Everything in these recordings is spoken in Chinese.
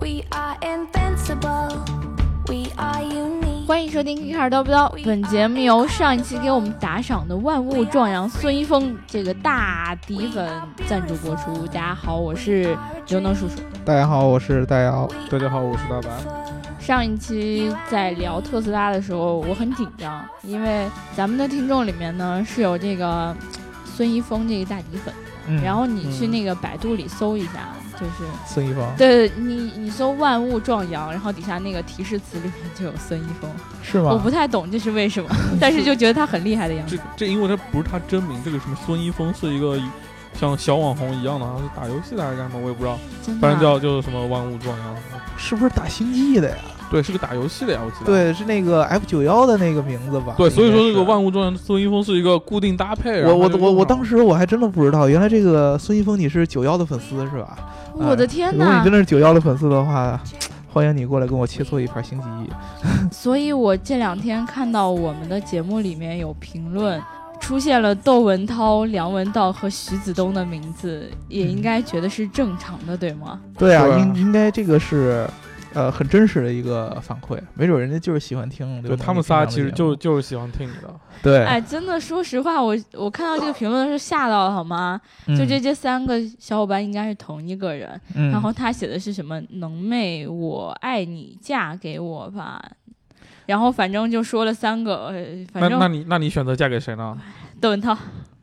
We are invincible. We are unique. 欢迎收听《一开始叨不叨》，本节目由上一期给我们打赏的万物壮阳孙一峰这个大底粉赞助播出。大家好，我是刘能叔叔。大家好，我是大姚。大家好，我是大白。上一期在聊特斯拉的时候，我很紧张，因为咱们的听众里面呢是有这个孙一峰这个大底粉。嗯然后你去嗯那个百度里搜一下，就是孙一峰对你你搜“万物壮阳”，然后底下那个提示词里面就有孙一峰。是吗？我不太懂这是为 什么，但是就觉得他很厉害的样子这。这因为他不是他真名，这个什么孙一峰是一个像小网红一样的，好像是打游戏的还是干什么，我也不知道，真的反啊正叫就是什么万物壮阳。是不是打星际的呀？对，是个打游戏的呀，我记得。对，是那个 F 九幺的那个名字吧？对，所以说这个忘。万物壮阳孙一峰是一个固定搭配。然我后我他就我用我上当时我还真的不知道，原来这个孙一峰你是九幺的粉丝是吧？我的啊哎天如果你呐真！的是九幺的粉丝的话，欢迎你过来跟我切磋一盘星际一。所以我这两天看到我们的节目里面有评论出现了窦文涛、梁文道和徐子东的名字，也嗯应该觉得是正常的，对吗？对啊，对啊应应该这个是。呃，很真实的一个反馈，没准人家就是喜欢听刘对能他平常们仨的其实节就目就是喜欢听你的。对，哎，真的，说实话，我我看到这个评论是吓到了，好吗？嗯就这，这三个小伙伴应该是同一个人，嗯然后他写的是什么“能妹，我爱你，嫁给我吧”，然后反正就说了三个，呃、那反那正你那你选择嫁给谁呢？窦文涛。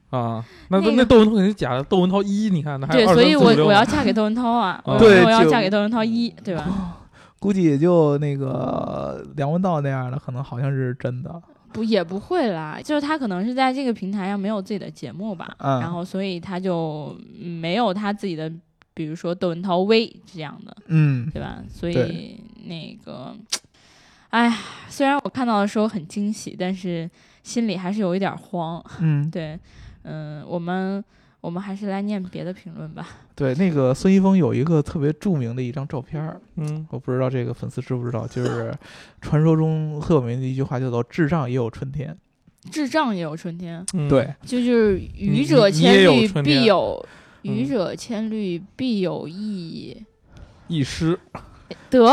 啊，那那个那窦文涛肯定是假的，窦文涛一，你看，那还对，有所以我23 46我要嫁给窦文涛啊，我啊对我要就嫁给窦文涛一，对 吧？估计也就那个梁文道那样的，可能好像是真的。不也不会啦，就是他可能是在这个平台上没有自己的节目吧，嗯然后所以他就没有他自己的，比如说窦文涛微这样的，嗯，对吧？所以对那个，哎呀，虽然我看到的时候很惊喜，但是心里还是有一点慌。嗯，对，嗯、我们我们还是来念别的评论吧。对，那个孙一峰有一个特别著名的一张照片儿，嗯，我不知道这个粉丝知不知道，就是传说中特有名的一句话叫做“智障也有春天智障也有春天。”。嗯对，，就是你愚者你你也千有虑春必天有，嗯愚者千虑必有益。一师得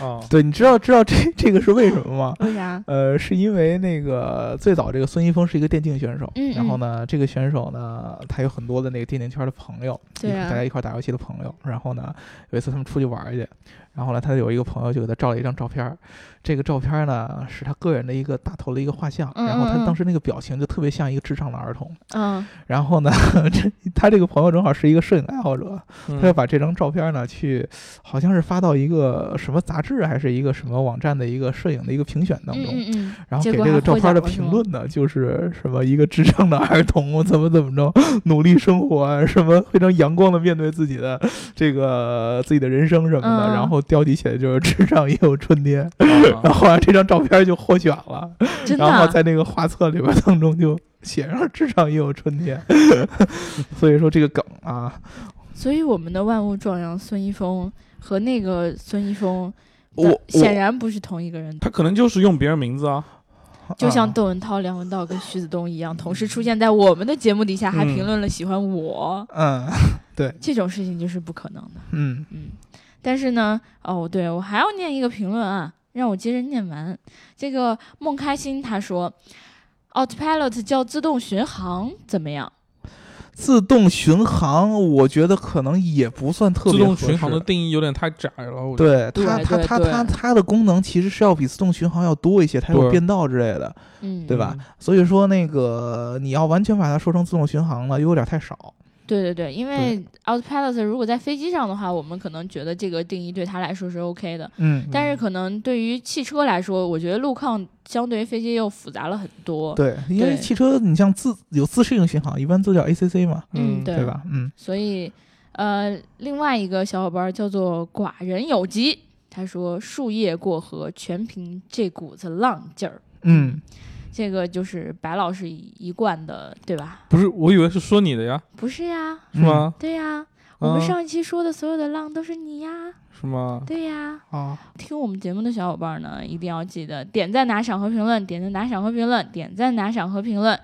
啊，对，你知道知道这这个是为什么吗？ 为啥？呃，是因为那个最早这个孙一峰是一个电竞选手，嗯然后呢，这个选手呢，他有很多的那个电竞圈的朋友，对一块啊大家一块打游戏的朋友。然后呢，有一次他们出去玩儿去，然后呢，他有一个朋友就给他照了一张照片儿，这个照片儿呢是他个人的一个大头的一个画像，嗯然后嗯嗯他当时那个表情就特别像一个智障的儿童。嗯，然后呢， 这他这个朋友正好是一个摄影爱好者，嗯他 就把这张照片呢去，好像是发到一个什么杂志还是一个什么网站的一个摄影的一个评选当嗯中。嗯嗯，然后结给果这还个照获片的奖了是评吗论呢，就是什么一个智障的儿童怎么怎么着，努力生活啊，什么非常阳光的面对自己的这个自己的人生什么的，嗯然后标题写的就是“智障也有春天”，然啊后、啊、这张照片就获选了，真的然啊后在那个画册里边当中就写上了“智障也有春天”，所以说这个梗啊，所以我们的万物壮阳孙一峰和那个孙一峰的，我显我然不是同一个人，他可能就是用别人名字啊，就像啊窦文涛、梁文道跟徐子东一样，同时出现在我们的节目底下，还嗯评论了喜欢我，嗯这种事情就是不可能的。嗯嗯，但是呢，哦，对我还要念一个评论啊，让我接着念完。这个孟开心他说，Autopilot 叫自动巡航怎么样？自动巡航，我觉得可能也不算特别自动合巡航适的定义有点太窄了，我觉得。对它，对它对它对它它的功能其实是要比自动巡航要多一些，它有对变道之类的，嗯，对吧？所以说那个你要完全把它说成自动巡航了，又有点太少。对对对，因为 Autopilot 如果在飞机上的话，我们可能觉得这个定义对他来说是 OK 的，嗯，但是可能对于汽车来说，我觉得路况相对于飞机又复杂了很多。对，因为对汽车你像自有自适应巡航，一般都叫 ACC 嘛，嗯，对吧？嗯，所以，呃，另外一个小伙伴儿叫做寡人有疾，他说：“树叶过河，全凭这股子浪劲儿。”嗯，这个就是白老师一贯的，对吧？不是，我以为是说你的呀，不是呀，是嗯吗？对呀，我们啊上一期说的所有的浪都是你呀，是吗？对呀。啊，听我们节目的小伙伴儿呢，一定要记得点赞、打赏和评论，点赞、打赏和评论，点赞、打赏和评论。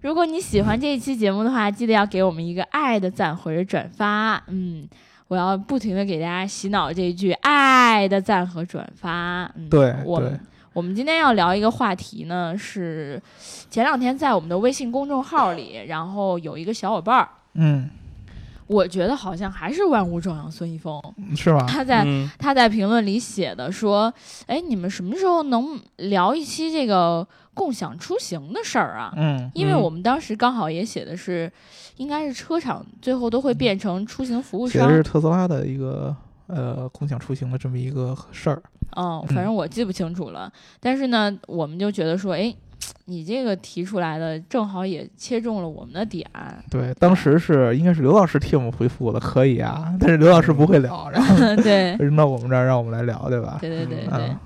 如果你喜欢这一期节目的话，记得要给我们一个爱的赞或者转发。嗯，我要不停的给大家洗脑这一句爱的赞和转发。嗯，对我对们。我们今天要聊一个话题呢，是前两天在我们的微信公众号里，然后有一个小伙伴儿，嗯，我觉得好像还是万物朝阳孙一峰，是吧？他在 嗯他在评论里写的说：“哎，你们什么时候能聊一期这个共享出行的事儿啊？嗯，因为嗯我们当时刚好也写的是，应该是车厂最后都会变成出行服务写的商嗯是。特斯拉的一个呃共享出行的这么一个事儿。嗯，反正我记不清楚了。但是呢，我们就觉得说，哎，你这个提出来的正好也切中了我们的点。对，当时是应该是刘老师替我们回复的，可以啊，但是刘老师不会 聊，然后 对，扔到我们这儿让我们来聊，对吧？对对对嗯对嗯，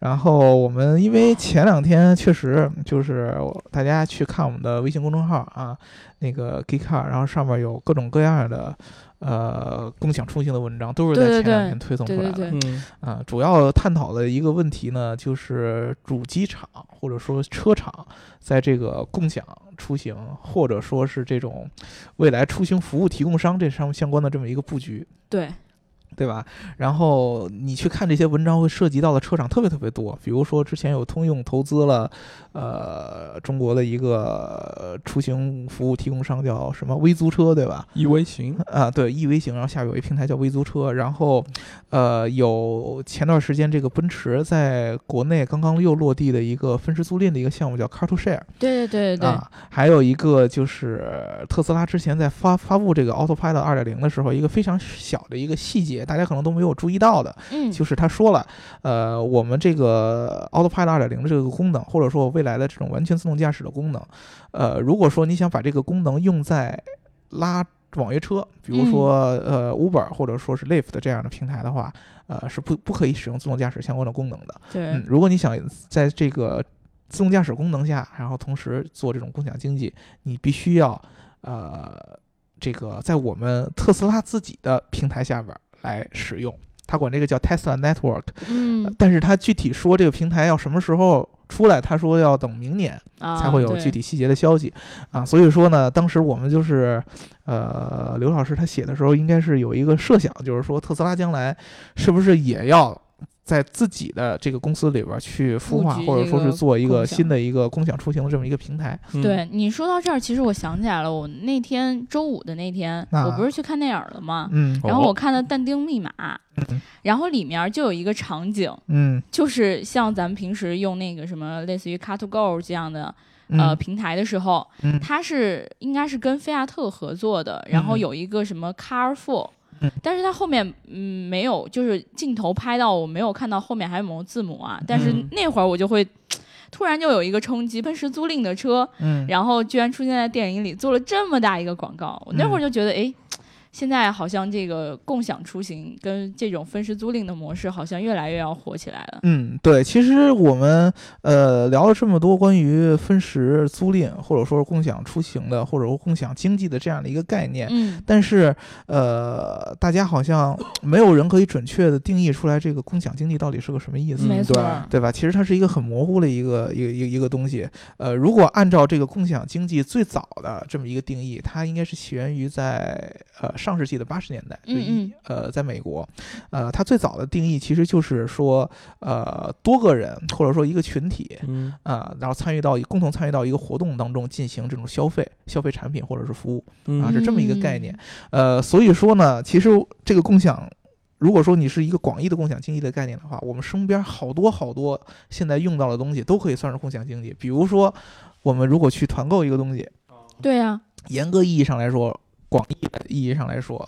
然后我们因为前两天确实就是我大家去看我们的微信公众号啊，那个 Geek Car，然后上面有各种各样的呃共享出行的文章，都是在对对前两对天推送出对来的对对，嗯啊。主要探讨的一个问题呢，就是主机厂或者说车厂在这个共享出行或者说是这种未来出行服务提供商这上相关的这么一个布局。对，对吧？然后你去看这些文章，会涉及到的车厂特别特别多，比如说之前有通用投资了，呃，中国的一个出行服务提供商叫什么微租车，对吧？易微行，啊，对，易微行，然后下面有一平台叫微租车，然后，呃，有前段时间这个奔驰在国内刚刚又落地的一个分时租赁的一个项目叫 Car to Share，对对对对对，啊，还有一个就是特斯拉之前在发发布这个 Autopilot 二点零的时候，一个非常小的一个细节，大家可能都没有注意到的，嗯，就是他说了，呃，我们这个 Autopilot 二点零的这个功能，或者说未来的这种完全自动驾驶的功能，呃，如果说你想把这个功能用在拉网约车，比嗯如说、呃 Uber 或者说是 Lyft 这样的平台的话，呃，是不不可以使用自动驾驶相关的功能的。对嗯，，如果你想在这个自动驾驶功能下，然后同时做这种共享经济，你必须要呃，这个在我们特斯拉自己的平台下边儿来使用，他管这个叫 Tesla Network，、嗯但是他具体说这个平台要什么时候出来，他说要等明年啊，才会有对具体细节的消息啊所以说呢，当时我们就是呃，刘老师他写的时候，应该是有一个设想，就是说特斯拉将来是不是也要。在自己的这个公司里边儿去孵布化，局或者这说个是做一共个享啊新的一个共享出行的这么一个平台，嗯，对你说到这儿，其实我想起来了，我那天周五的那天，啊我不是去看电影了吗？嗯然后哦我看了《但丁密码》嗯然后里面就有一个场景，嗯就是像咱们平时用那个什么类似于 Car to Go 这样的、嗯呃平台的时候，嗯它是应该是跟菲亚特合作的，然后嗯有一个什么 Carful，、嗯但是它后面嗯没有，就是镜头拍到我没有看到后面还有没有字母啊，但是嗯那会儿我就会。突然就有一个冲击，奔驰租赁的车，嗯，然后居然出现在电影里，做了这么大一个广告。我嗯那会儿就觉得，哎、现在好像这个共享出行跟这种分时租赁的模式，好像越来越要火起来了。嗯，对，其实我们呃聊了这么多关于分时租赁，或者说是共享出行的，或者说共享经济的这样的一个概念，嗯，但是，呃，大家好像没有人可以准确的定义出来这个共享经济到底是个什么意思，嗯没错对儿，对吧？其实它是一个很模糊的一个一个一个一个东西。呃，如果按照这个共享经济最早的这么一个定义，它应该是起源于在呃上世纪的八十年代，就一嗯呃在美国，呃，它最早的定义其实就是说，呃，多个人或者说一个群体，嗯啊、然后参与到共同参与到一个活动当中进行这种消费、消费产品或者是服务。啊，嗯是这么一个概念。呃，所以说呢，其实这个共享，如果说你是一个广义的共享经济的概念的话，我们身边好多好多现在用到的东西都可以算是共享经济。比如说，我们如果去团购一个东西，对啊呀、严格意义上来说，广义的意义上来说，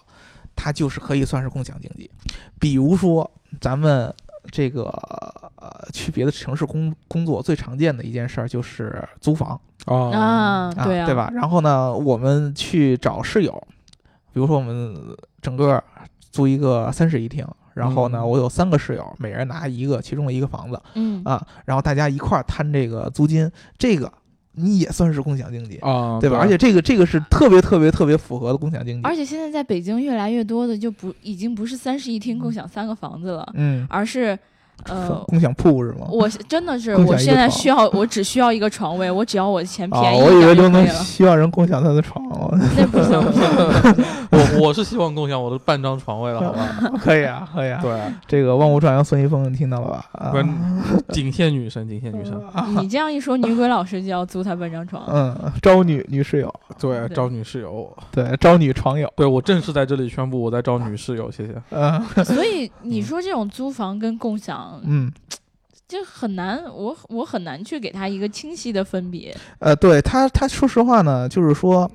它就是可以算是共享经济。比如说，咱们这个呃去别的城市工工作最常见的一件事儿就是租房。啊，啊，啊，对呀、对？吧？然后呢，我们去找室友，比如说我们整个租一个三室一厅，然后呢，嗯我有三个室友，每人拿一个其中的一个房子嗯，啊，然后大家一块儿摊这个租金，这个你也算是共享经济，哦啊，对吧？而且这个这个是特别特别特别符合的共享经济而，且现在在北京越来越多的就不已经不是三室一厅共享三个房子了，嗯而是呃，共享铺是吗？我是真的是共享我一个现在床需要，我只需要一个床位，我只要我的钱啊，便宜一我以点为就刘可能以了。希望人共享他的床了， 那不行 不行， 我我是希望共享我的半张床位了，好吧？ 可以啊，可以啊。对，这个万物朝阳，孙一峰，你听到了吧？啊不，是仅限女神，仅限女哦神。你这样一说，女鬼老师就要租他半张床。嗯，招女女室友，对，对招女室友。对，招女床友，对我正式在这里宣布，我在招女室友，谢谢。嗯所以你说这种租房跟共享， 嗯，就很难，我我很难去给他一个清晰的分别。呃，对他，他说实话呢，就是说，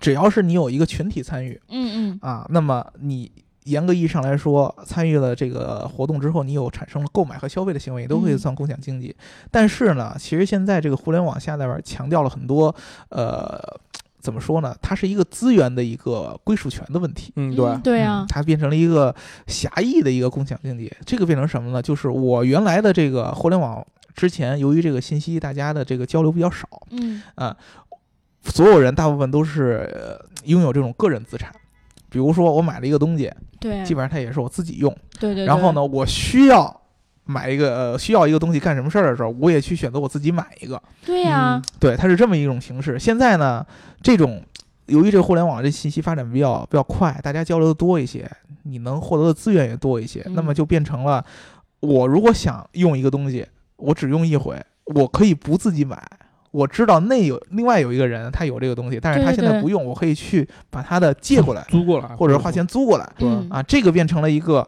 只要是你有一个群体参与嗯啊，那么你。严格意义上来说，参与了这个活动之后，你有产生了购买和消费的行为，都可以嗯算共享经济。但是呢，其实现在这个互联网下那边强调了很多，呃，怎么说呢？它是一个资源的一个归属权的问题。嗯，嗯，对嗯，对嗯啊，它变成了一个狭义的一个共享经济。这个变成什么呢？就是我原来的这个互联网之前，由于这个信息大家的这个交流比较少，嗯所有人大部分都是呃拥有这种个人资产。比如说我买了一个东西，对，基本上它也是我自己用。嗯对对。然后呢，我需要买一个呃需要一个东西干什么事儿的时候，我也去选择我自己买一个。对？对呀嗯，对，它是这么一种形式。现在呢，这种由于这个互联网这信息发展比较比较快，大家交流的多一些，你能获得的资源也多一些，那么嗯就变成了我如果想用一个东西，我只用一回，我可以不自己买。我知道那有另外有一个人，他有这个东西，但是对他对现在对不用，我可以去把他的借过来，租过来，或者花钱租过来对嗯啊。这个变成了一个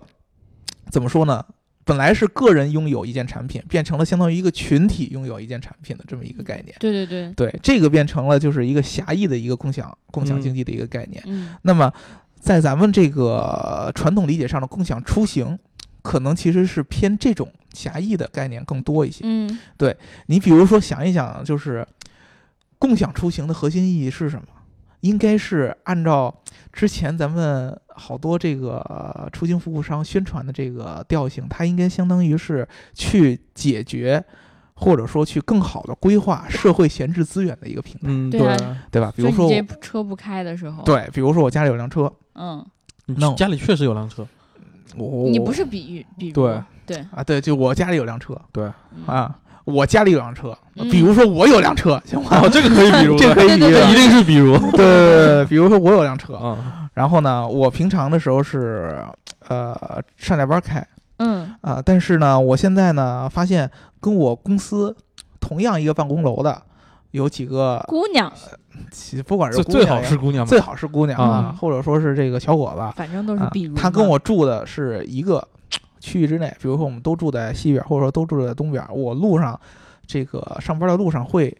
怎么说呢？本来是个人拥有一件产品，变成了相当于一个群体拥有一件产品的这么一个概念。对对对，对，这个变成了就是一个狭义的一个共享共享嗯经济的一个概念。嗯那么，在咱们这个传统理解上的共享出行，可能其实是偏这种狭义的概念更多一些。嗯你比如说想一想，就是共享出行的核心意义是什么？应该是按照之前咱们好多这个呃出行服务商宣传的这个调性，它应该相当于是去解决，或者说去更好的规划社会闲置资源的一个平台，嗯，对啊对吧？比就如你说我这车不开的时候，，对，比如说我家里有辆车，嗯，那我你家里确实有辆车，我我你不是比喻，比如对对啊？对，就我家里有辆车嗯啊，我家里有辆车，嗯比如说我有辆车，行吗？哦，这个可以比如的，这可以比喻这了一定是比如对对对呃对，比如说我有辆车， 啊，然后呢，我平常的时候是呃上下班开嗯啊、但是呢，我现在呢发现跟我公司同样一个办公楼的有几个，姑娘，其不管是姑娘最最好呀是姑娘嘛最，好是姑娘啊嗯，或者说是这个小伙子，反正都是啊比如嘛，他跟我住的是一个区域之内，比如说我们都住在西边，或者说都住在东边，我路上这个上班的路上会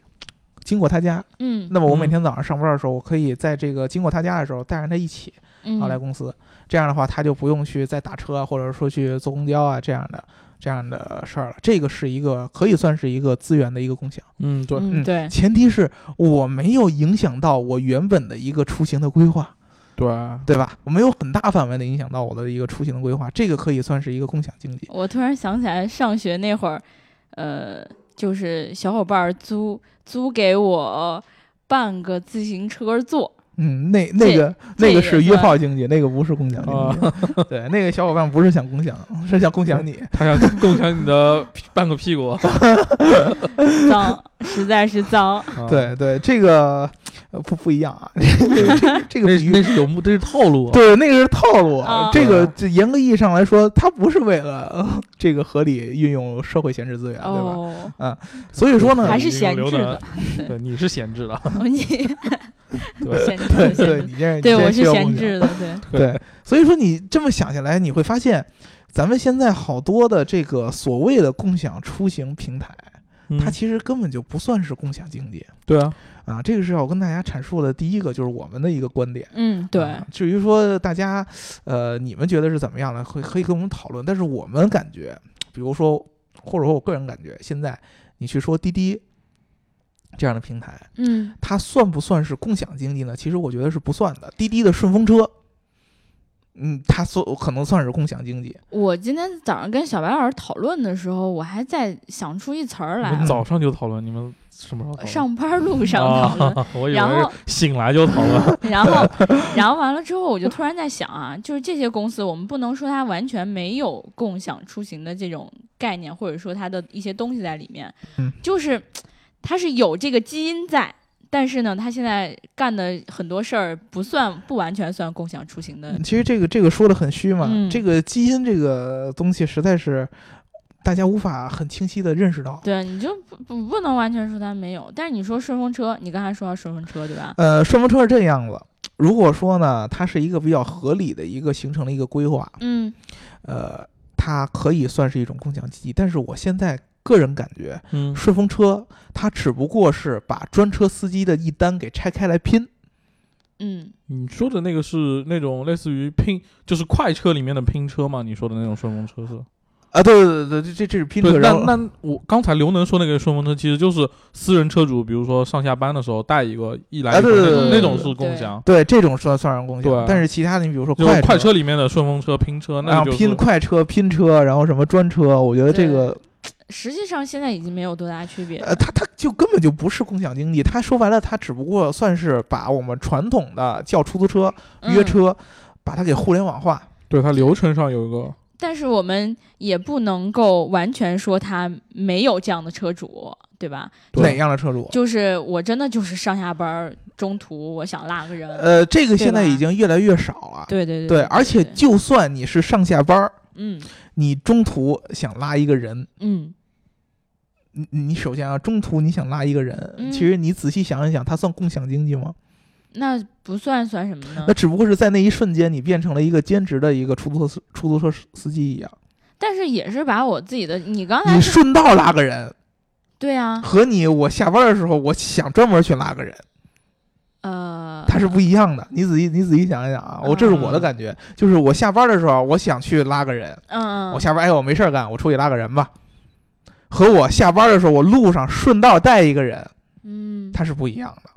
经过他家，嗯那么我每嗯天早上上班的时候，我可以在这个经过他家的时候带上他一起。嗯啊来公司。这样的话，他就不用去再打车啊，或者说去坐公交啊这样的这样的事儿了。这个是一个可以算是一个资源的一个共享，嗯，对，嗯对前提是我没有影响到我原本的一个出行的规划，对，啊对吧？我没有很大范围的影响到我的一个出行的规划，这个可以算是一个共享经济。我突然想起来，上学那会儿，呃，就是小伙伴儿租租给我半个自行车坐，嗯，那那个那这个是也约算炮经济，那个不是共享经济。 对，那个小伙伴不是想共享， 是想共享你。他想共享你的半个屁股，啊脏，实在是脏。啊，对对，这个呃不不一样啊， 这个比那是喻那是有目，这是套路，啊对，那个是套路。啊这个对这严格意义上来说，它不是为了、呃这个合理运用社会闲置资源， 对吧？ 哦，所以说呢，还是你这闲个置 留的的，对，你是闲置的，你闲对，置的，闲置。对对，你对，这你这我需是要闲共享置的，对， 对，所以说你这么想下来，你会发现，咱们现在好多的这个所谓的共享出行平台，嗯它其实根本就不算是共享经济对啊，啊。这个是要跟大家阐述的第一个，就是我们的一个观点。嗯，对啊，至于说大家，呃，你们觉得是怎么样的，可以可以跟我们讨论。但是我们感觉，比如说，或者说我个人感觉，现在你去说滴滴这样的平台，嗯，它算不算是共享经济呢？其实我觉得是不算的。滴滴的顺风车，嗯，它所可能算是共享经济。我今天早上跟小白老师讨论的时候，我还在想出一词儿你来们，早上就讨论，你们什么时候讨论？上班路上哦讨论。啊，我以为然是后醒来就讨 论。然 后，然后完了之后，我就突然在想啊，就是这些公司，我们不能说它完全没有共享出行的这种概念，或者说它的一些东西在里面，嗯就是它是有这个基因在，但是呢，它现在干的很多事儿不算不完全算共享出行的嗯，其实这个这个说的很虚嘛，嗯这个基因这个东西实在是大家无法很清晰的认识到。对，你就不不不能完全说它没有，但是你说顺风车，你刚才说到顺风车对吧？呃，顺风车是这样子，如果说呢，它是一个比较合理的一个形成了一个规划，嗯呃，它可以算是一种共享经济，但是我现在个人感觉，嗯，顺风车它只不过是把专车司机的一单给拆开来拼，嗯，你说的那个是那种类似于拼，就是快车里面的拼车吗？你说的那种顺风车是？啊，对对对对，这这是拼车，对，然那后那我刚才刘能说那个顺风车，其实就是私人车主，比如说上下班的时候带一个一来啊一回那对种对对那种对是共对享，对这种算算上共享对，但是其他的你比如说就是快车车里面的顺风车拼车，然那后个就是拼快车、拼车，然后什么专车，我觉得这对个，实际上现在已经没有多大区别了。呃，它它就根本就不是共享经济，它说白了，它只不过算是把我们传统的叫出租车、约嗯车，把它给互联网化。对它流程上有一个但是我们也不能够完全说他没有这样的车主，对吧？对哪样的车主？就是我真的就是上下班儿中途我想拉个人，呃，这个对现在已吧经越来越少了。对对对对，而且对就算你是上下班儿，嗯你中途想拉一个人，嗯，你你首先啊，中途你想拉一个人，嗯其实你仔细想一想，它算共享经济吗？那不算算什么呢那？只不过是在那一瞬间，你变成了一个兼职的一个出租车司出租车司司机一样。但是也是把我自己的，你刚才你是顺道拉个人，对啊，和你我下班的时候我想专门去拉个人，呃，它是不一样的。你仔细你仔细想一想啊，我这是我的感觉，就是我下班的时候我想去拉个人，嗯我嗯，下班哎我没事儿干，我出去拉个人吧。和我下班的时候我路上顺道带一个人，嗯它是不一样的。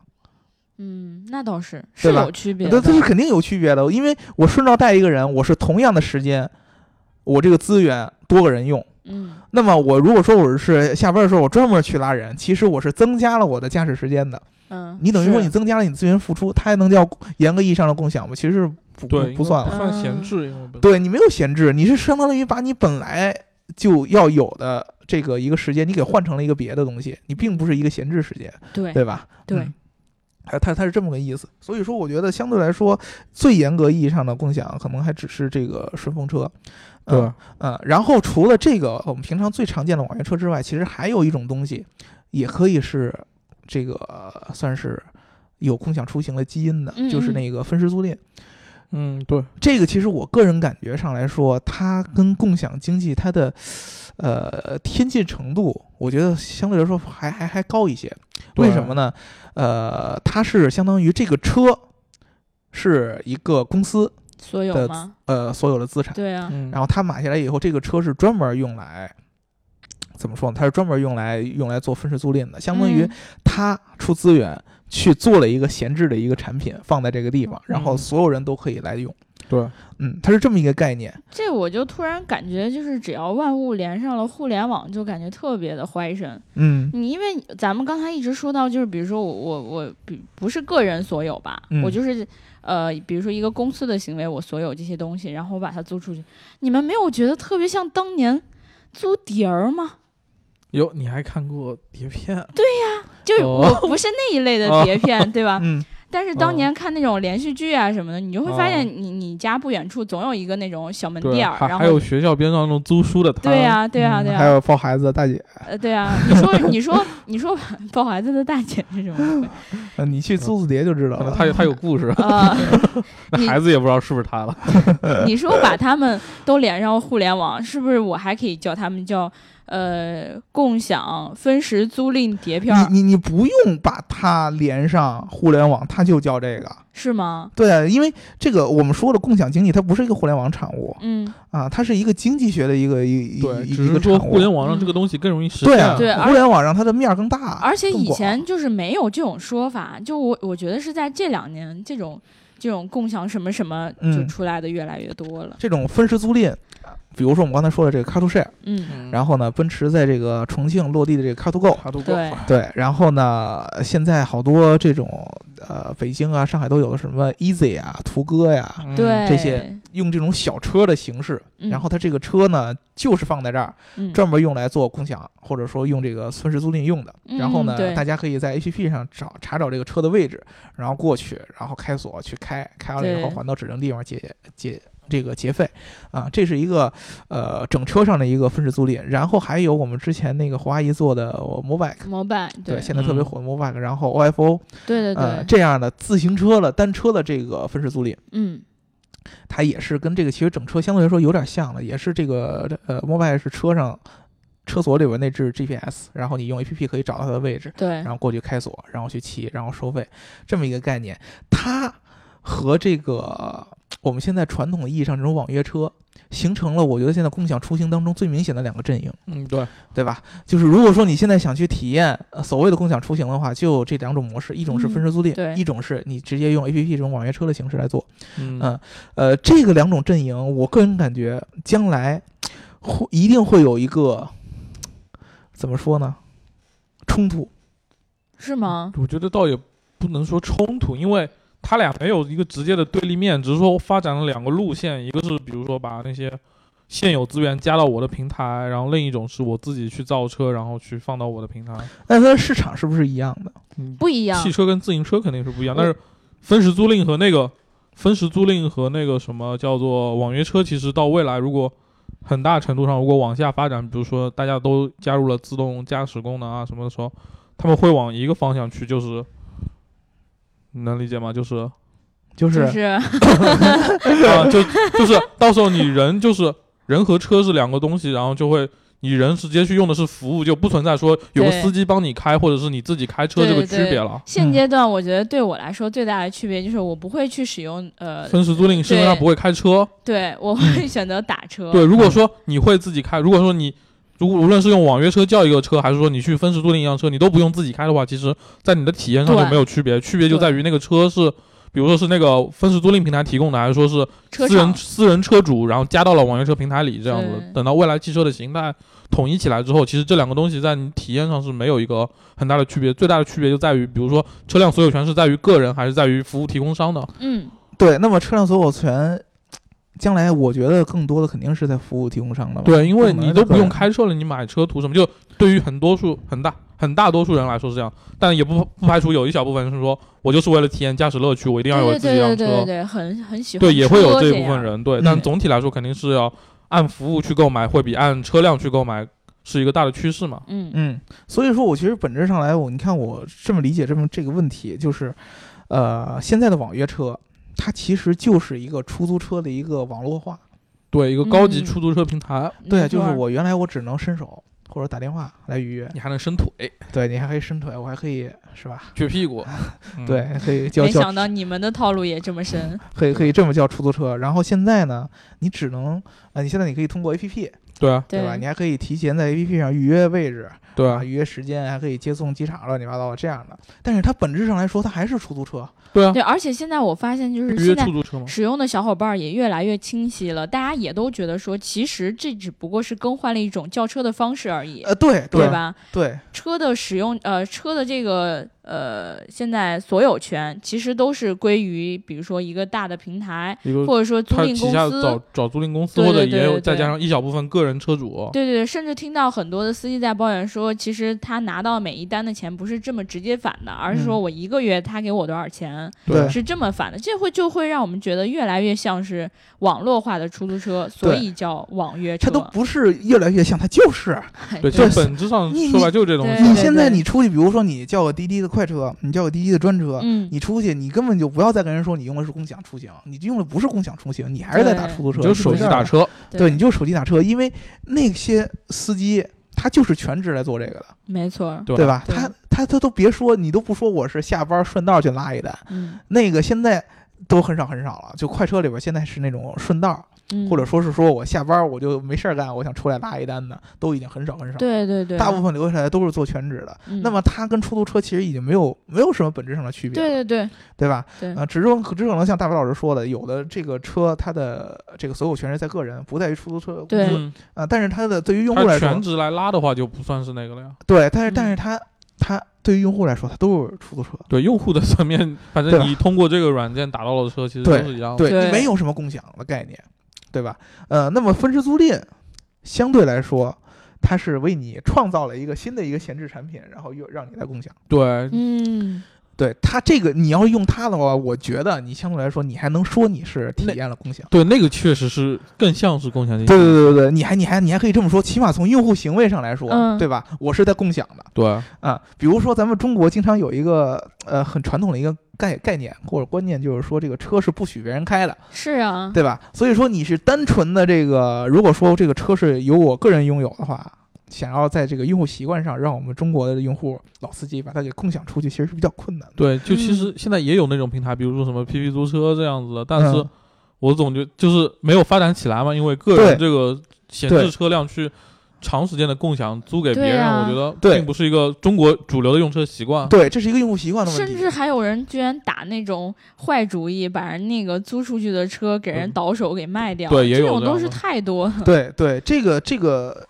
嗯，那倒是是对吧有区别的，它它是肯定有区别的，因为我顺道带一个人，我是同样的时间，我这个资源多个人用。嗯那么我如果说我是下班的时候我专门去拉人，其实我是增加了我的驾驶时间的。嗯，你等于说你是增加了你资源付出，它还能叫严格意义上的共享吗？其实不不嗯对不算应了。该不嗯算闲置，因为本对你没有闲置，你是相当于把你本来就要有的这个一个时间，你给换成了一个别的东西，你并不是一个闲置时间，对对吧？对嗯它它它是这么个意思，所以说我觉得相对来说，最严格意义上的共享可能还只是这个顺风车，嗯对嗯，然后除了这个我们平常最常见的网约车之外，其实还有一种东西，也可以是这个呃算是有共享出行的基因的，嗯就是嗯那个分时租赁。嗯对，这个其实我个人感觉上来说，它跟共享经济它的呃贴近程度，我觉得相对来说还还还高一些。为什么呢？呢？呃，它是相当于这个车是一个公司所有的吗？呃所有的资产。对啊，嗯，然后他买下来以后，这个车是专门用来怎么说呢？它是专门用来用来做分时租赁的，相当于嗯他出资源去做了一个闲置的一个产品，放在这个地方，然后嗯所有人都可以来用。对，嗯，它是这么一个概念。这我就突然感觉，就是只要万物连上了互联网，就感觉特别的怀神。嗯你因为咱们刚才一直说到，就是比如说我我我，比不是个人所有吧，嗯我就是呃，比如说一个公司的行为，我所有这些东西，然后我把它租出去。你们没有觉得特别像当年租碟儿吗？有你还看过碟片？就是哦我不是那一类的碟片，对吧？嗯，但是当年看那种连续剧啊什么的，你就会发现你你家不远处总有一个那种小门对，店儿，还然还有后学校边上那种租书的摊。对呀对呀嗯对啊呀，还有抱孩子的大姐，呃，对啊，你说你说你说抱孩子的大姐是什么鬼？，呃你去嗯租租碟就知道可能了。他有他有故事呃，那你 孩子也不知道是不是他了。你说把他们都连上互联网，是不是我还可以叫他们叫呃共享分时租赁碟片儿你你你不用把它连上互联网，它就叫这个。是吗？对，啊因为这个我们说的共享经济，它不是一个互联网产物嗯，啊，它是一个经济学的一个一一对，一只一个是说产物互联网让这个东西更容易实对现啊，嗯了。对而互联网让它的面儿更大，而且以更广前就是没有这种说法，就我我觉得是在这两年这种这种共享什么什么就嗯出来的越来越多了。这种分时租赁，比如说我们刚才说的这个 Car to Share，嗯，然后呢，奔驰在这个重庆落地的这个 Car to Go，卡度对对，然后呢，现在好多这种呃，北京啊、上海都有的什么 Easy 啊、途歌呀、对，嗯这些用这种小车的形式，嗯然后它这个车呢，就是放在这儿，嗯专门用来做共享，或者说用这个村市租赁用的。然后嗯呢，对大家可以在 APP 上找查找这个车的位置，然后过去，然后开锁去开，开完了以对后还到指定地方结结这个结费，啊，这是一个呃整车上的一个分时租赁。然后还有我们之前那个华谊做的呃 Mobike。摩拜，对现在特别嗯火的 Mobike，、然后 OFO，对对呃，对，这样的自行车了、单车的这个分时租赁，嗯它也是跟这个其实整车相对来说有点像了，也是这个呃 Mobike 是车上车锁里边内置 GPS，然后你用 APP 可以找到它的位置，对然，后过去开锁，然后去骑，然后收费，这么一个概念。它和这个我们现在传统意义上这种网约车，形成了我觉得现在共享出行当中最明显的两个阵营，嗯对，对吧？就是如果说你现在想去体验呃所谓的共享出行的话，就有这两种模式，一种是分时租赁，对一种是你直接用 APP 这种网约车的形式来做。嗯嗯呃，这个两种阵营，我个人感觉将来会一定会有一个怎么说呢？冲突，是吗？我觉得倒也不能说冲突，因为他俩没有一个直接的对立面，只是说发展了两个路线，一个是比如说把那些现有资源加到我的平台，然后另一种是我自己去造车，然后去放到我的平台。那它的市场是不是一样的？嗯，不一样，汽车跟自行车肯定是不一样，但是分时租赁和那个分时租赁和那个什么叫做网约车，其实到未来如果很大程度上如果往下发展，比如说大家都加入了自动驾驶功能啊什么的时候，他们会往一个方向去，就是你能理解吗？就是 就是就是 啊，就就是到时候你人就是人和车是两个东西，然后就会。你人直接去用的是服务，就不存在说有个对司机帮你开，或者是你自己开车这个对区对别了。现嗯阶段，我觉得对我来说最大的区别就是我不会去使用呃，分时租赁是因为他对不会开车，对我会选择打车。嗯对，如果说你会自己开，如果说你如果无论是用网约车叫一个车，还是说你去分时租赁一辆车，你都不用自己开的话，其实在你的体验上对就没有区别，区别就对在于那个车是。比如说是那个分时租赁平台提供的，还是说是车私人厂私人车主，然后加到了网约车平台里这样子对。等到未来汽车的形态统一起来之后，其实这两个东西在你体验上是没有一个很大的区别，最大的区别就在于，比如说车辆所有权是在于个人还是在于服务提供商的。嗯，对，那么车辆所有权，将来我觉得更多的肯定是在服务提供商的吧。对，因为本来你就都不可用以开车了，你买车图什么？就对于很多数很大很大多数人来说是这样，但也不不排除有一小部分人是说，我就是为了体验驾驶乐趣，我一定要有对对自己一对对辆对车。对，很很喜欢。对，也会有这一部分。人，对，但嗯总体来说肯定是要按服务去购买，会比按车辆去购买是一个大的趋势嘛。嗯，嗯，所以说我其实本质上来，我你看我这么理解这么这个问题，就是，呃，现在的网约车，它其实就是一个出租车的一个网络化。对，一个高级嗯出租车平台，对，啊没就是错我原来我只能伸手或者打电话来预约，你还能伸腿对你还可以伸腿，我还可以是吧？撅屁 股，嗯对，，可以叫没叫想到你们的套路也这么 深。可以可以这么叫出租车。然后现在呢，你只能呃，你现在你可以通过 APP 对啊，对吧？你还可以提前在 APP 上预约位置，对啊啊，，预约时间，还可以接送机场，乱七八糟的这样的。但是它本质上来说，它还是出租车。对啊，对，而且现在我发现，就是预约现在出租车嘛。使用的小伙伴也越来越清晰了，大家也都觉得说，其实这只不过是更换了一种叫车的方式而已，呃，对对对吧？对车的使用，呃，车的这个呃，现在所有权其实都是归于，比如说一个大的平台，一个或者说租他赁旗公下司找。找租赁公司，对或者对对也有对再对加上一小部分个人车主，对对对，甚至听到很多的司机在抱怨说，其实他拿到每一单的钱不是这么直接返的，而是说嗯我一个月他给我多少钱，对是这么返的。这会就会让我们觉得越来越像是网络化的出租车，所对以叫网约车。哎它都不是越来越像，它就是。哎对，对其实本质上你说白就是这东对你西。现在对你出去，比如说你叫个滴滴的快车，你叫个滴滴的专车，嗯，你出去，你根本就不要再跟人说你用的是共享出行，你用的不是共享出行，你还是在打对出租车，你就手机打车，车，对，你就手机打车，因为那些司机他就是全职来做这个的，没错，对对吧？对他他他都别说，你都不说我是下班顺道去拉一单，嗯，那个现在都很少很少了，就快车里边现在是那种顺道，嗯或者说是说我下班儿我就没事儿干，我想出来拉一单的，都已经很少很少。对对对，大部分留下来都是做全职的，嗯那么它跟出租车其实已经没有没有什么本质上的区别了，对对对对吧？对啊、，只有只可能像大白老师说的，有的这个车它的这个所有权是在个人，不在于出租车公司对啊、嗯但是它的对于用户他来全说，职来拉的话就不算是那个了呀。对，但是嗯但是它它对于用户来说，它都是出租车，对用户的层面，反对正吧你通过这个软件打到的车，其实都是一样的。对，对没有什么共享的概念，对吧？呃，那么分时租赁相对来说，它是为你创造了一个新的一个闲置产品，然后又让你来共享。对嗯，对它这个，你要用它的话，我觉得你相对来说，你还能说你是体那验了共享。对，那个确实是更像是共享经济。对对对对对，你还你还你还可以这么说，起码从用户行为上来说，嗯对吧？我是在共享的对啊。比如说，咱们中国经常有一个呃很传统的一个概概念或者观念，就是说这个车是不许别人开的，是啊，对吧？所以说你是单纯的这个，如果说这个车是由我个人拥有的话，想要在这个用户习惯上让我们中国的用户老司机把它给共享出去，其实是比较困难的。对，就其实嗯现在也有那种平台，比如说什么 PP 租车这样子的，但是嗯我总觉就是没有发展起来嘛，因为个对人这个闲对置车辆去长时间的共享租给别对人，啊我觉得对并不是一个中国主流的用车习惯。对，这是一个用户习惯的问甚题。至还有人居然打那种坏主意，把人那个租出去的车给人嗯倒手给卖掉，对也有这种这样都的是太多了。对对，这个这个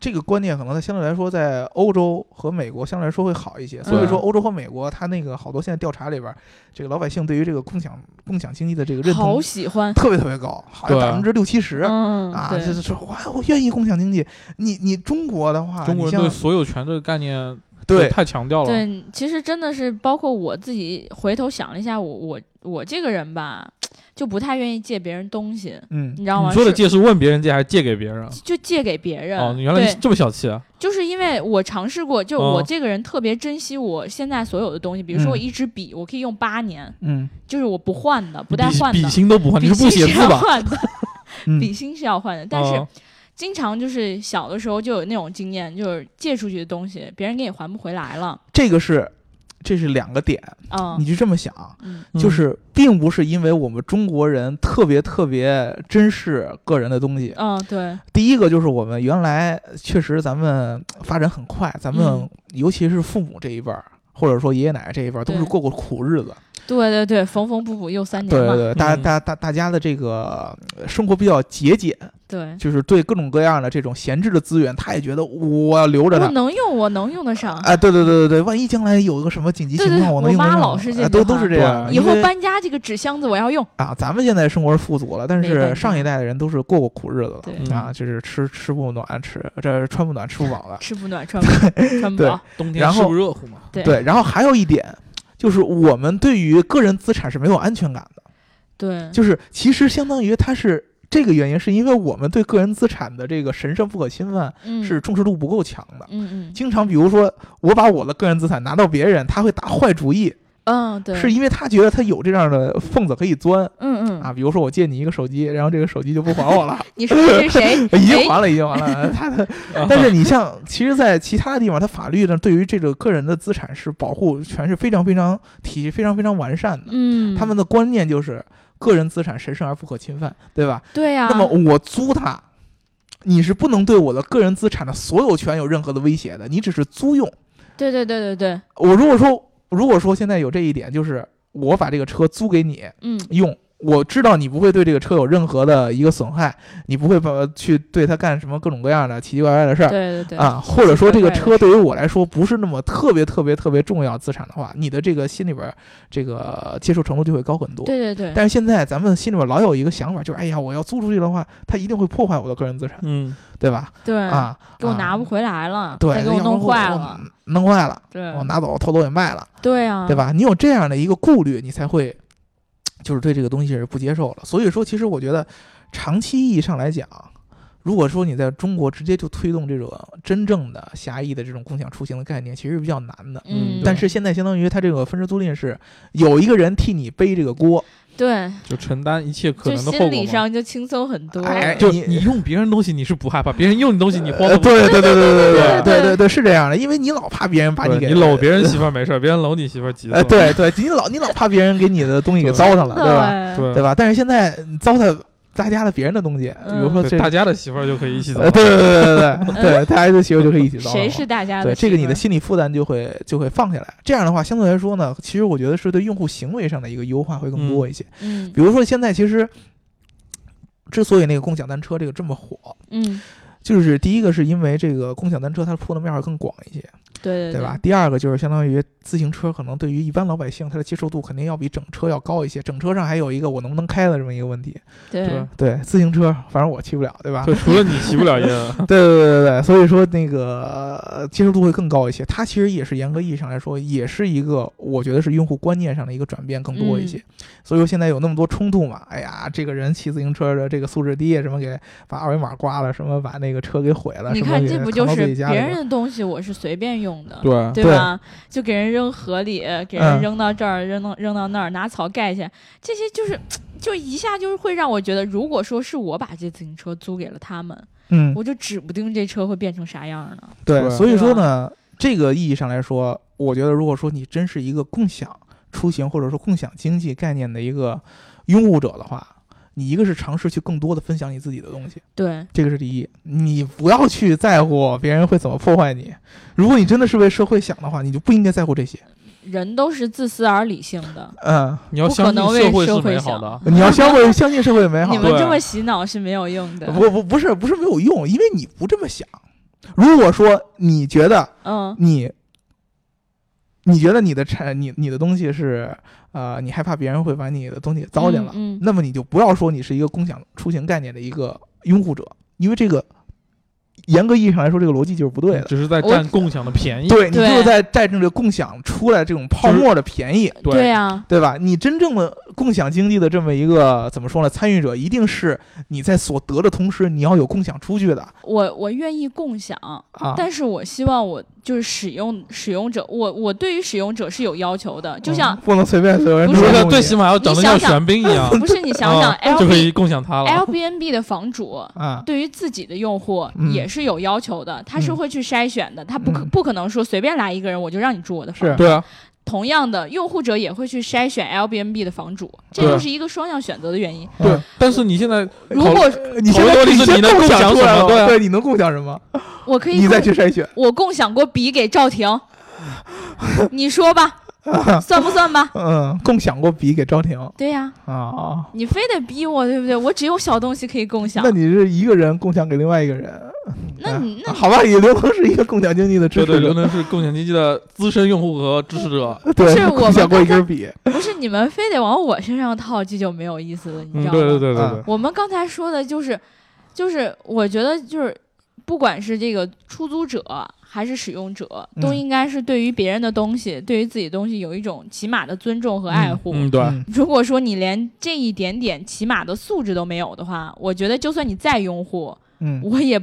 这个观念可能它相对来说在欧洲和美国相对来说会好一些，所以说嗯欧洲和美国它那个好多现在调查里边儿，这个老百姓对于这个共享共享经济的这个认好同喜欢，特别特别高，好像对百分之六七十。嗯，啊，对就是说，哇，我愿意共享经济。你你中国的话，中国啊你人对像所有权这个概念对太强调了。对，其实真的是包括我自己回头想了一下，我我我这个人吧，就不太愿意借别人东西，嗯，你知道吗？你说的是借是问别人借还是借给别人？就借给别人。哦，你原来对这么小气啊！就是因为我尝试过，就我嗯这个人特别珍惜我现在所有的东西，比如说我嗯一支笔，我可以用八年，嗯就是我不换的，不笔带换笔的。芯都啊不换，你笔是芯不写是字要吧？换的，笔 嗯，芯是要换的，但是哦经常就是小的时候就有那种经验，就是借出去的东西，别人给你还不回来了。这个是这是两个点，嗯你就这么想，嗯，嗯就是并不是因为我们中国人特别特别珍视个人的东西，嗯，对，第一个就是我们原来确实咱们发展很快，咱们嗯尤其是父母这一辈儿。或者说爷爷奶奶这一辈儿都对是过过苦日子，对对对，缝缝补补又三年对嘛对，对，大嗯大大大家的这个呃生活比较节俭，对，就是对各种各样的这种闲置的资源，他也觉得我要留着它我，能用，我能用得上。啊，对对对对对，万一将来有一个什么紧急情对对对况，能我用得妈上老是这句啊都都是话这样。以因后为搬家这个纸箱子我要用，啊，咱们现在生活是富足了，但没办是法上一代的人都是过过苦日子的对。嗯啊，就是吃吃不暖，吃这穿不暖，吃不饱的吃不暖穿不暖穿不 对饱。冬然天后是不热乎嘛？对对，然后还有一点。就是我们对于个人资产是没有安全感的，对，就是其实相当于它是这个原因，是因为我们对个人资产的这个神圣不可侵犯嗯是重视度不够强的。嗯嗯经常比如说我把我的个人资产拿到别人，他会打坏主意，嗯，对，是因为他觉得他有这样的缝子可以钻，嗯嗯啊，比如说我借你一个手机，然后这个手机就不还 我了，？你说这是谁 已哎经还了，已经还了。呃他的，啊但是你像，其实，在其他的地方，它法律呢对于这个个人的资产是保护权是非常非常体系非常非常完善的。嗯，他们的观念就是个人资产神圣而不可侵犯，对吧？对呀、那么我租它，你是不能对我的个人资产的所有权有任何的威胁的，你只是租用。对对对对对，我如果说，如果说现在有这一点，就是我把这个车租给你，嗯，用。我知道你不会对这个车有任何的一个损害，你不会把去对它干什么各种各样的奇奇怪怪的事儿对对对，啊，或者说这个奇奇怪怪的车对于我来说不是那么特别特别特别重要资产的话，你的这个心里边儿这个接受程度就会高很多。对对对，但是现在咱们心里边老有一个想法，就是哎呀，我要租出去的话，它一定会破坏我的个人资产，嗯，对吧？对，啊，给我啊拿不回来了，对，再给要不然弄坏我了，，嗯弄坏了，对我拿走偷偷给卖了。对啊，对？吧？你有这样的一个顾虑，你才会就是对这个东西是不接受了。所以说，其实我觉得长期意义上来讲，如果说你在中国直接就推动这种真正的狭义的这种共享出行的概念，其实是比较难的。嗯，对但是现在相当于它这个分时租赁是有一个人替你背这个锅，对，就承担一切可就能的后心果理嘛。上就轻松很多。哎就你你用别人东西你是不害怕，别人用你东西你慌呃得不对对对对对对对对对，是这样的，因为你老怕别人把对给你搂别人媳妇儿没事儿，别人搂你媳妇儿急死呃了。对对，你老你老怕别人给你的东西给糟蹋了，对对吧？对对吧？但是现在糟蹋大家的别人的东西，比如嗯说对这，大家的媳妇儿就可以一起走了呃，对对对对对对，大家的媳妇就可以一起糟了谁是大家对的媳妇儿？这个你的心理负担就会就会放下来。这样的话，相对来说呢，其实我觉得是对用户行为上的一个优化会更多一些。嗯比如说现在其实。之所以那个共享单车这个这么火，嗯，就是第一个是因为这个共享单车它铺的面儿更广一些，对对对吧？？第二个就是相当于自行车可能对于一般老百姓它的接受度肯定要比整车要高一些，整车上还有一个我能不能开的这么一个问题。对对，对，自行车反正我骑不了，对吧？对，除了你骑不了烟， 对对对对对，所以说那个呃接受度会更高一些。它其实也是严格意义上来说，也是一个我觉得是用户观念上的一个转变更多一嗯些。所以说现在有那么多冲突嘛，哎呀，这个人骑自行车的这个素质低，什么给把二维码刮了，什么把那个车给毁了，你什么看给这不扛就到是自别己家里人了的东西，我是随便用的。对对对吧？就给人扔河里，给人嗯扔到这儿，扔到扔到那儿，拿草盖去，这些就是，就一下就是会让我觉得，如果说是我把这自行车租给了他们，嗯，我就指不定这车会变成啥样呢。对，对所以说呢，这个意义上来说，我觉得如果说你真是一个共享出行或者说共享经济概念的一个拥护者的话，你一个是尝试去更多的分享你自己的东西。对，这个是第一，你不要去在乎别人会怎么破坏你。如果你真的是为社会想的话，你就不应该在乎这些。人都是自私而理性的，嗯，你要不相可信能为社会社是会美好想的。呃你要相信相信社会哎美好啊你。们对这么洗脑是没有用的。不不不是不是没有用，因为你不这么想。如果说你觉得嗯，你，你觉得你的产你你的东西是呃，你害怕别人会把你的东西给糟践了，嗯嗯那么你就不要说你是一个共享出行概念的一个拥护者，因为这个严格意义上来说，这个逻辑就是不对的。只是在我占共享的便宜。对你就对是在占这个共享出来这种泡沫的便宜，对啊对呀、对吧？你真正的共享经济的这么一个怎么说呢？参与者一定是你在所得的同时，你要有共享出去的我我愿意共享，啊。但是我希望我就是使用使用者，我我对于使用者是有要求的，就像嗯、不能随便所有人不不都是是用在你最起码要长得像你想想玄彬一样， 不是你想想啊就可以 L 共享它 B 了。 L B N B 的房主。啊，对于自己的用户嗯也是有要求的，他是嗯会去筛选的，他不可嗯不可能说随便来一个人我就让你住我的房。是对啊，同样的，用户者也会去筛选 L B N B 的房主，这对就是一个双向选择的原因。对嗯。但是你现在如考虑果你现在头头你是先你能共共享出什来么了对啊对，你能共享什么？我可以你再共去筛选。我共享过笔给赵 婷，你说吧，算不算吧？嗯，共享过笔给赵婷对呀、啊。你非得逼我，对不对？我只有小东西可以共享那。你是一个人共享给另外一个人？那你那啊好吧，你刘能是一个共享经济的支对对，持刘者，能是共享经济的资深用户和支持者。对是，我共们享过一刚根笔。不是你们非得往我身上套，这就没有意思了，你嗯，知道对吗？对对对啊对，我们刚才说的就是，就是我觉得就是，不管是这个出租者还是使用者，都嗯应该是对于别人的东西，对于自己的东西有一种起码的尊重和爱护。嗯对。嗯如果说你连这一点点起码的素质都没有的话，我觉得就算你再拥护，嗯，我也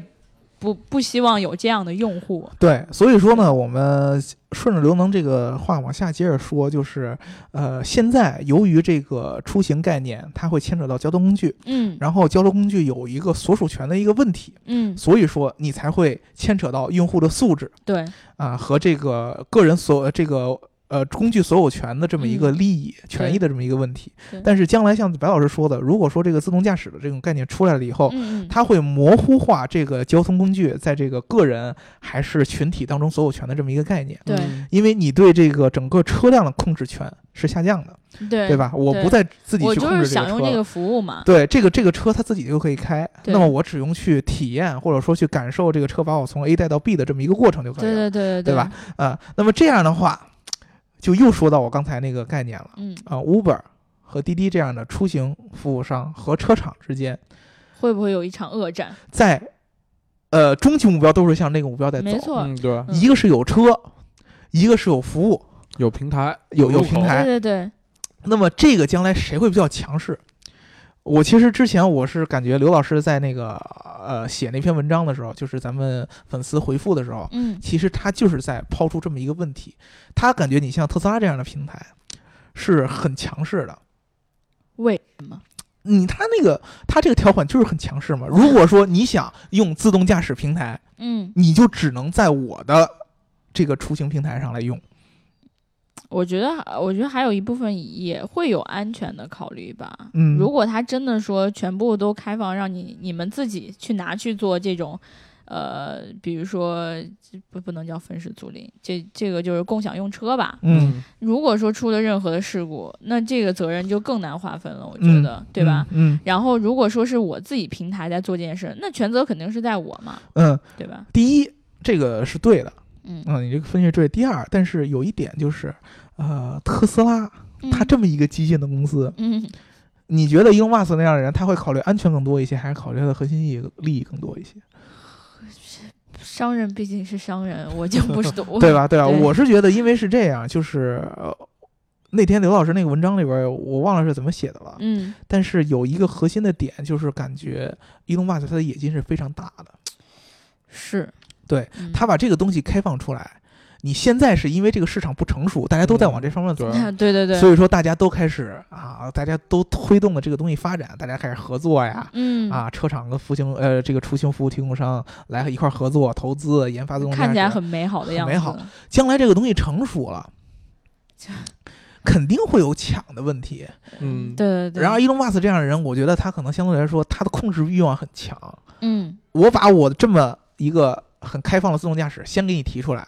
不不希望有这样的用户。对，所以说呢，我们顺着刘能这个话往下接着说，就是呃，现在由于这个出行概念，它会牵扯到交通工具，嗯然后交通工具有一个所属权的一个问题，嗯，所以说你才会牵扯到用户的素质对，啊、和这个个人所这个。呃，工具所有权的这么一个利益、权益的这么一个问题嗯对，但是将来像白老师说的，如果说这个自动驾驶的这种概念出来了以后，嗯嗯，它会模糊化这个交通工具在这个个人还是群体当中所有权的这么一个概念，对嗯因为你对这个整个车辆的控制权是下降的，对对吧？我对不再自己我去就控是制这想个用车这了。个服务嘛。对这个这个车，它自己就可以开，对那么我只用去体验或者说去感受这个车把我从 A 带到 B 的这么一个过程就可以对对了对对对吧？啊、那么这样的话，就又说到我刚才那个概念了嗯，啊、u b e r 和滴滴这样的出行服务商和车厂之间，会不会有一场恶战？在呃终极目标都是向那个目标在走，没错，嗯，对，嗯一个是有车，一个是有服务。有平台，有有嗯入口平台对对对，那么这个将来谁会比较强势？我其实之前我是感觉刘老师在那个呃写那篇文章的时候，就是咱们粉丝回复的时候，嗯，其实他就是在抛出这么一个问题，他感觉你像特斯拉这样的平台是很强势的。为什么？你他那个他这个条款就是很强势嘛。如果说你想用自动驾驶平台，嗯你就只能在我的这个出行平台上来用。我觉得，我觉得还有一部分也会有安全的考虑吧。嗯如果他真的说全部都开放，让你你们自己去拿去做这种，呃，比如说这不不能叫分时租赁，这这个就是共享用车吧。嗯，如果说出了任何的事故，那这个责任就更难划分了，我觉得，对吧？？嗯然后，如果说是我自己平台在做这件事，那全责肯定是在我嘛，嗯，嗯对吧？第一，这个是对的，嗯嗯，你这个分析是对。第二，但是有一点就是，呃，特斯拉嗯它这么一个基建的公司，嗯，你觉得伊隆马斯克那样的人，他会考虑安全更多一些，还是考虑他的核心利益利益更多一些？商人毕竟是商人，我就 不是我对吧？对啊，对我是觉得，因为是这样，就是、呃那天刘老师那个文章里边儿，我忘了是怎么写的了。嗯，但是有一个核心的点，就是感觉伊隆马斯克他的野心是非常大的，是，对嗯，他把这个东西开放出来。你现在是因为这个市场不成熟，大家都在往这方面走，对 对对对，所以说大家都开始啊，大家都推动了这个东西发展，大家开始合作呀。嗯，啊，车厂跟服务型呃，这个出行服务提供商来一块儿合作、投资、研发自动驾驶，看起来很美好的样子，很美好将来这个东西成熟了，肯定会有抢的问题。嗯，对对对。然而，伊隆马斯这样的人，我觉得他可能相对来说他的控制欲望很强。嗯，我把我这么一个很开放的自动驾驶先给你提出来，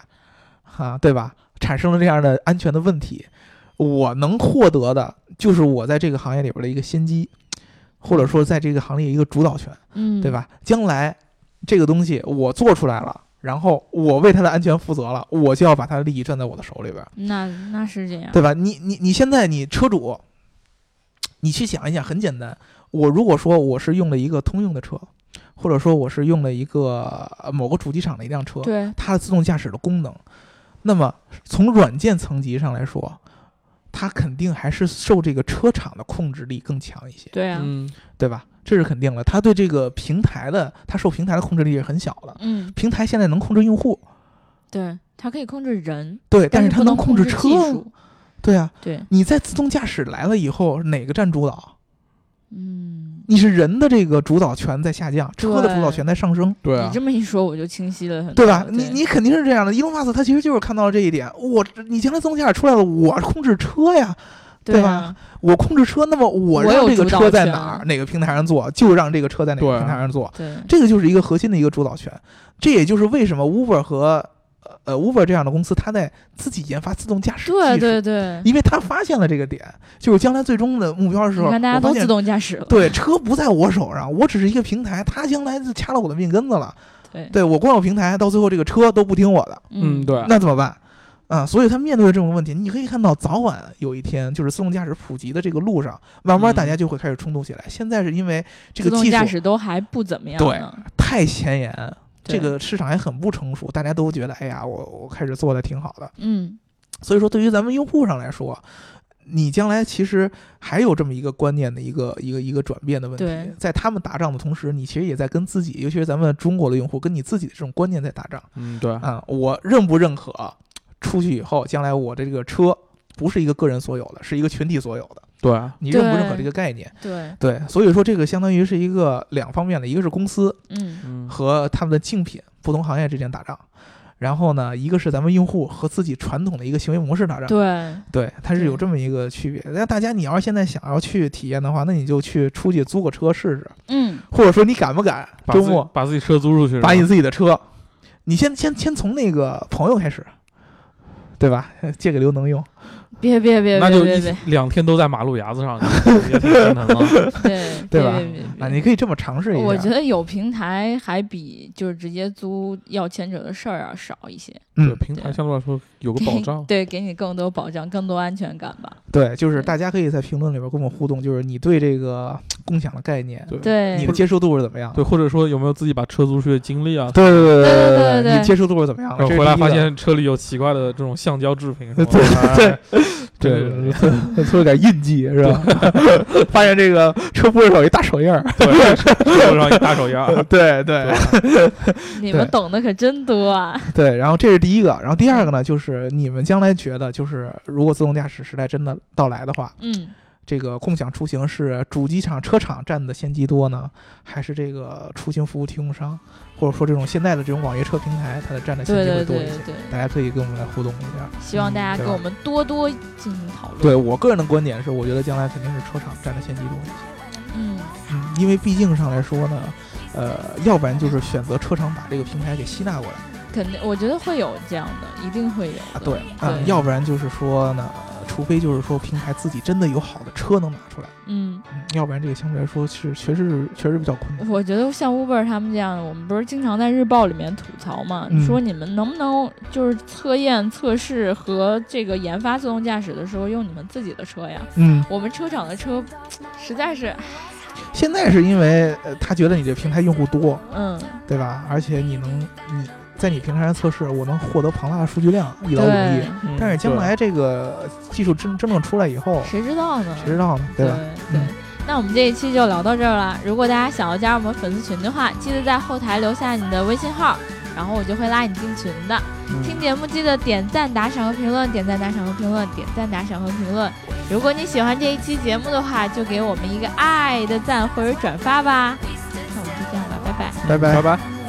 啊，对吧？产生了这样的安全的问题，我能获得的就是我在这个行业里边的一个先机，或者说在这个行业一个主导权。嗯，对？吧？将来这个东西我做出来了，然后我为它的安全负责了，我就要把它的利益攥在我的手里边儿，嗯那那是这样，对吧？你你你现在你车主，你去想一想，很简单。我如果说我是用了一个通用的车，或者说我是用了一个呃某个主机厂的一辆车，对，它的自动驾驶的功能，那么从软件层级上来说，它肯定还是受这个车厂的控制力更强一些。对啊，嗯，对吧？这是肯定的。他对这个平台的，他受平台的控制力是很小的。嗯，平台现在能控制用户，对，它可以控制人，对，但是它他能控控制技车，术，对啊。对，你在自动驾驶来了以后，哪个占主导？嗯，你是人的这个主导权在下降，车的对主导权在上升，对你啊这，么一说，我就清晰了很多，对吧？你你肯定是这样的。伊隆马斯克他其实就是看到了这一点，我你将来自动驾驶出来了，我控制车呀，对对吧啊？我控制车，那么我我让有这个主导车在权嗯哪儿，哪个平台上做，就让这个车在哪个对平台上做。对，这个就是一个核心的一个主导权。这也就是为什么 Uber 和呃呃 Uber 这样的公司，它在自己研发自动驾驶技术，对对对，因为它发现了这个点，就是将来最终的目标的时你候，看大家我发都现自动驾驶了，对车不在我手上，我只是一个平台，它将来就掐了我的命根子了。对，对我光有平台，到最后这个车都不听我的，嗯，对，啊那怎么办？啊、所以他面对这种问题，你可以看到，早晚有一天，就是自动驾驶普及的这个路上，慢慢大家就会开始冲动起来。现在是因为嗯这自个动技术驾驶都还不怎么样对呢，太前沿，对这个市场还很不成熟，大家都觉得，哎呀，我我开始做的挺好的。嗯，所以说，对于咱们用户上来说，你将来其实还有这么一个观念的一个一个一个转变的问对题，在他们打仗的同时，你其实也在跟自己，尤其是咱们中国的用户，跟你自己的这种观念在打仗嗯，对，啊、我认不认可出去以后，将来我的这个车不是一个个人所有的，是一个群体所有的，对，啊你认不认可对这个概念？对，对，所以说这个相当于是一个两方面的，一个是公司，嗯， 嗯，和他们的竞品不同行业之间打仗。然后呢，一个是咱们用户和自己传统的一个行为模式打仗，对，对，它是有对这么一个区别。那大家你要是现在想要去体验的话，那你就去出去租个车试试，嗯，或者说你敢不敢把周自己末把自己车租出去是吧，把你自己的车，你先先先从那个朋友开始，对吧？借给刘能用，别别别那别就别一别，两天都在马路牙子上，也挺心疼 啊。对 对别吧别别别啊，你可以这么尝试一下。我觉得有平台还比就是直接租要牵扯的事儿要少一些，。对，嗯，平台相对来说有个保 障对，给你更多保障，更多安全感吧。对，就是大家可以在评论里边跟我们互动，就是你对这个共享的概念，对你对的，接受度是怎么样？对，或者说有没有自己把车租出去的经历啊？啊对对对对对对你接受度是怎么样？然后这是回来第一发个现车里有奇怪的这种橡胶制品什么的，对对对对对，做点印记是吧？发现这个车玻璃上有一大手印儿，对，车上一大手压。 对对你们对懂得可真多啊！ 对。然后这是第一个，然后第二个呢，就是你们将来觉得，就是如果自动驾驶时代真的到来的话，嗯，这个共享出行是主机厂、车厂占的先机多呢，还是这个出行服务提供商，或者说这种现在的这种网约车平台，它的占的先对机对会多对一些？对，大家可以跟我们来互动一下。嗯希望大家对跟吧我们多多进行讨论。对我个人的观点是，我觉得将来肯定是车厂占的先机多一些。嗯，嗯，因为毕竟上来说呢，呃，要不然就是选择车厂把这个平台给吸纳过来肯定，我觉得会有这样的，一定会有的。啊，对，啊、对要不然就是说呢，除非就是说平台自己真的有好的车能拿出来，嗯，嗯，要不然这个相对来说是确实是确实比较困难。我觉得像 Uber 他们这样的，我们不是经常在日报里面吐槽嘛，嗯说你们能不能就是测验、测试和这个研发自动驾驶的时候用你们自己的车呀？嗯，我们车厂的车实在是，哎现在是因为呃，他觉得你这平台用户多，嗯，对吧？而且你能你在你平台上测试，我能获得庞大的数据量，一劳永对逸。，嗯但是将来这个技术真真正出来以后，谁知道呢？谁知道呢？对吧？对嗯那我们这一期就聊到这儿了。如果大家想要加入我们粉丝群的话，记得在后台留下你的微信号，然后我就会拉你进群的。嗯听节目记得点赞、打赏和评论，点赞、打赏和评论，点赞、打赏和评论。如果你喜欢这一期节目的话，就给我们一个爱的赞或者转发吧。那我们就这样吧，拜拜。拜拜拜拜。 Bye.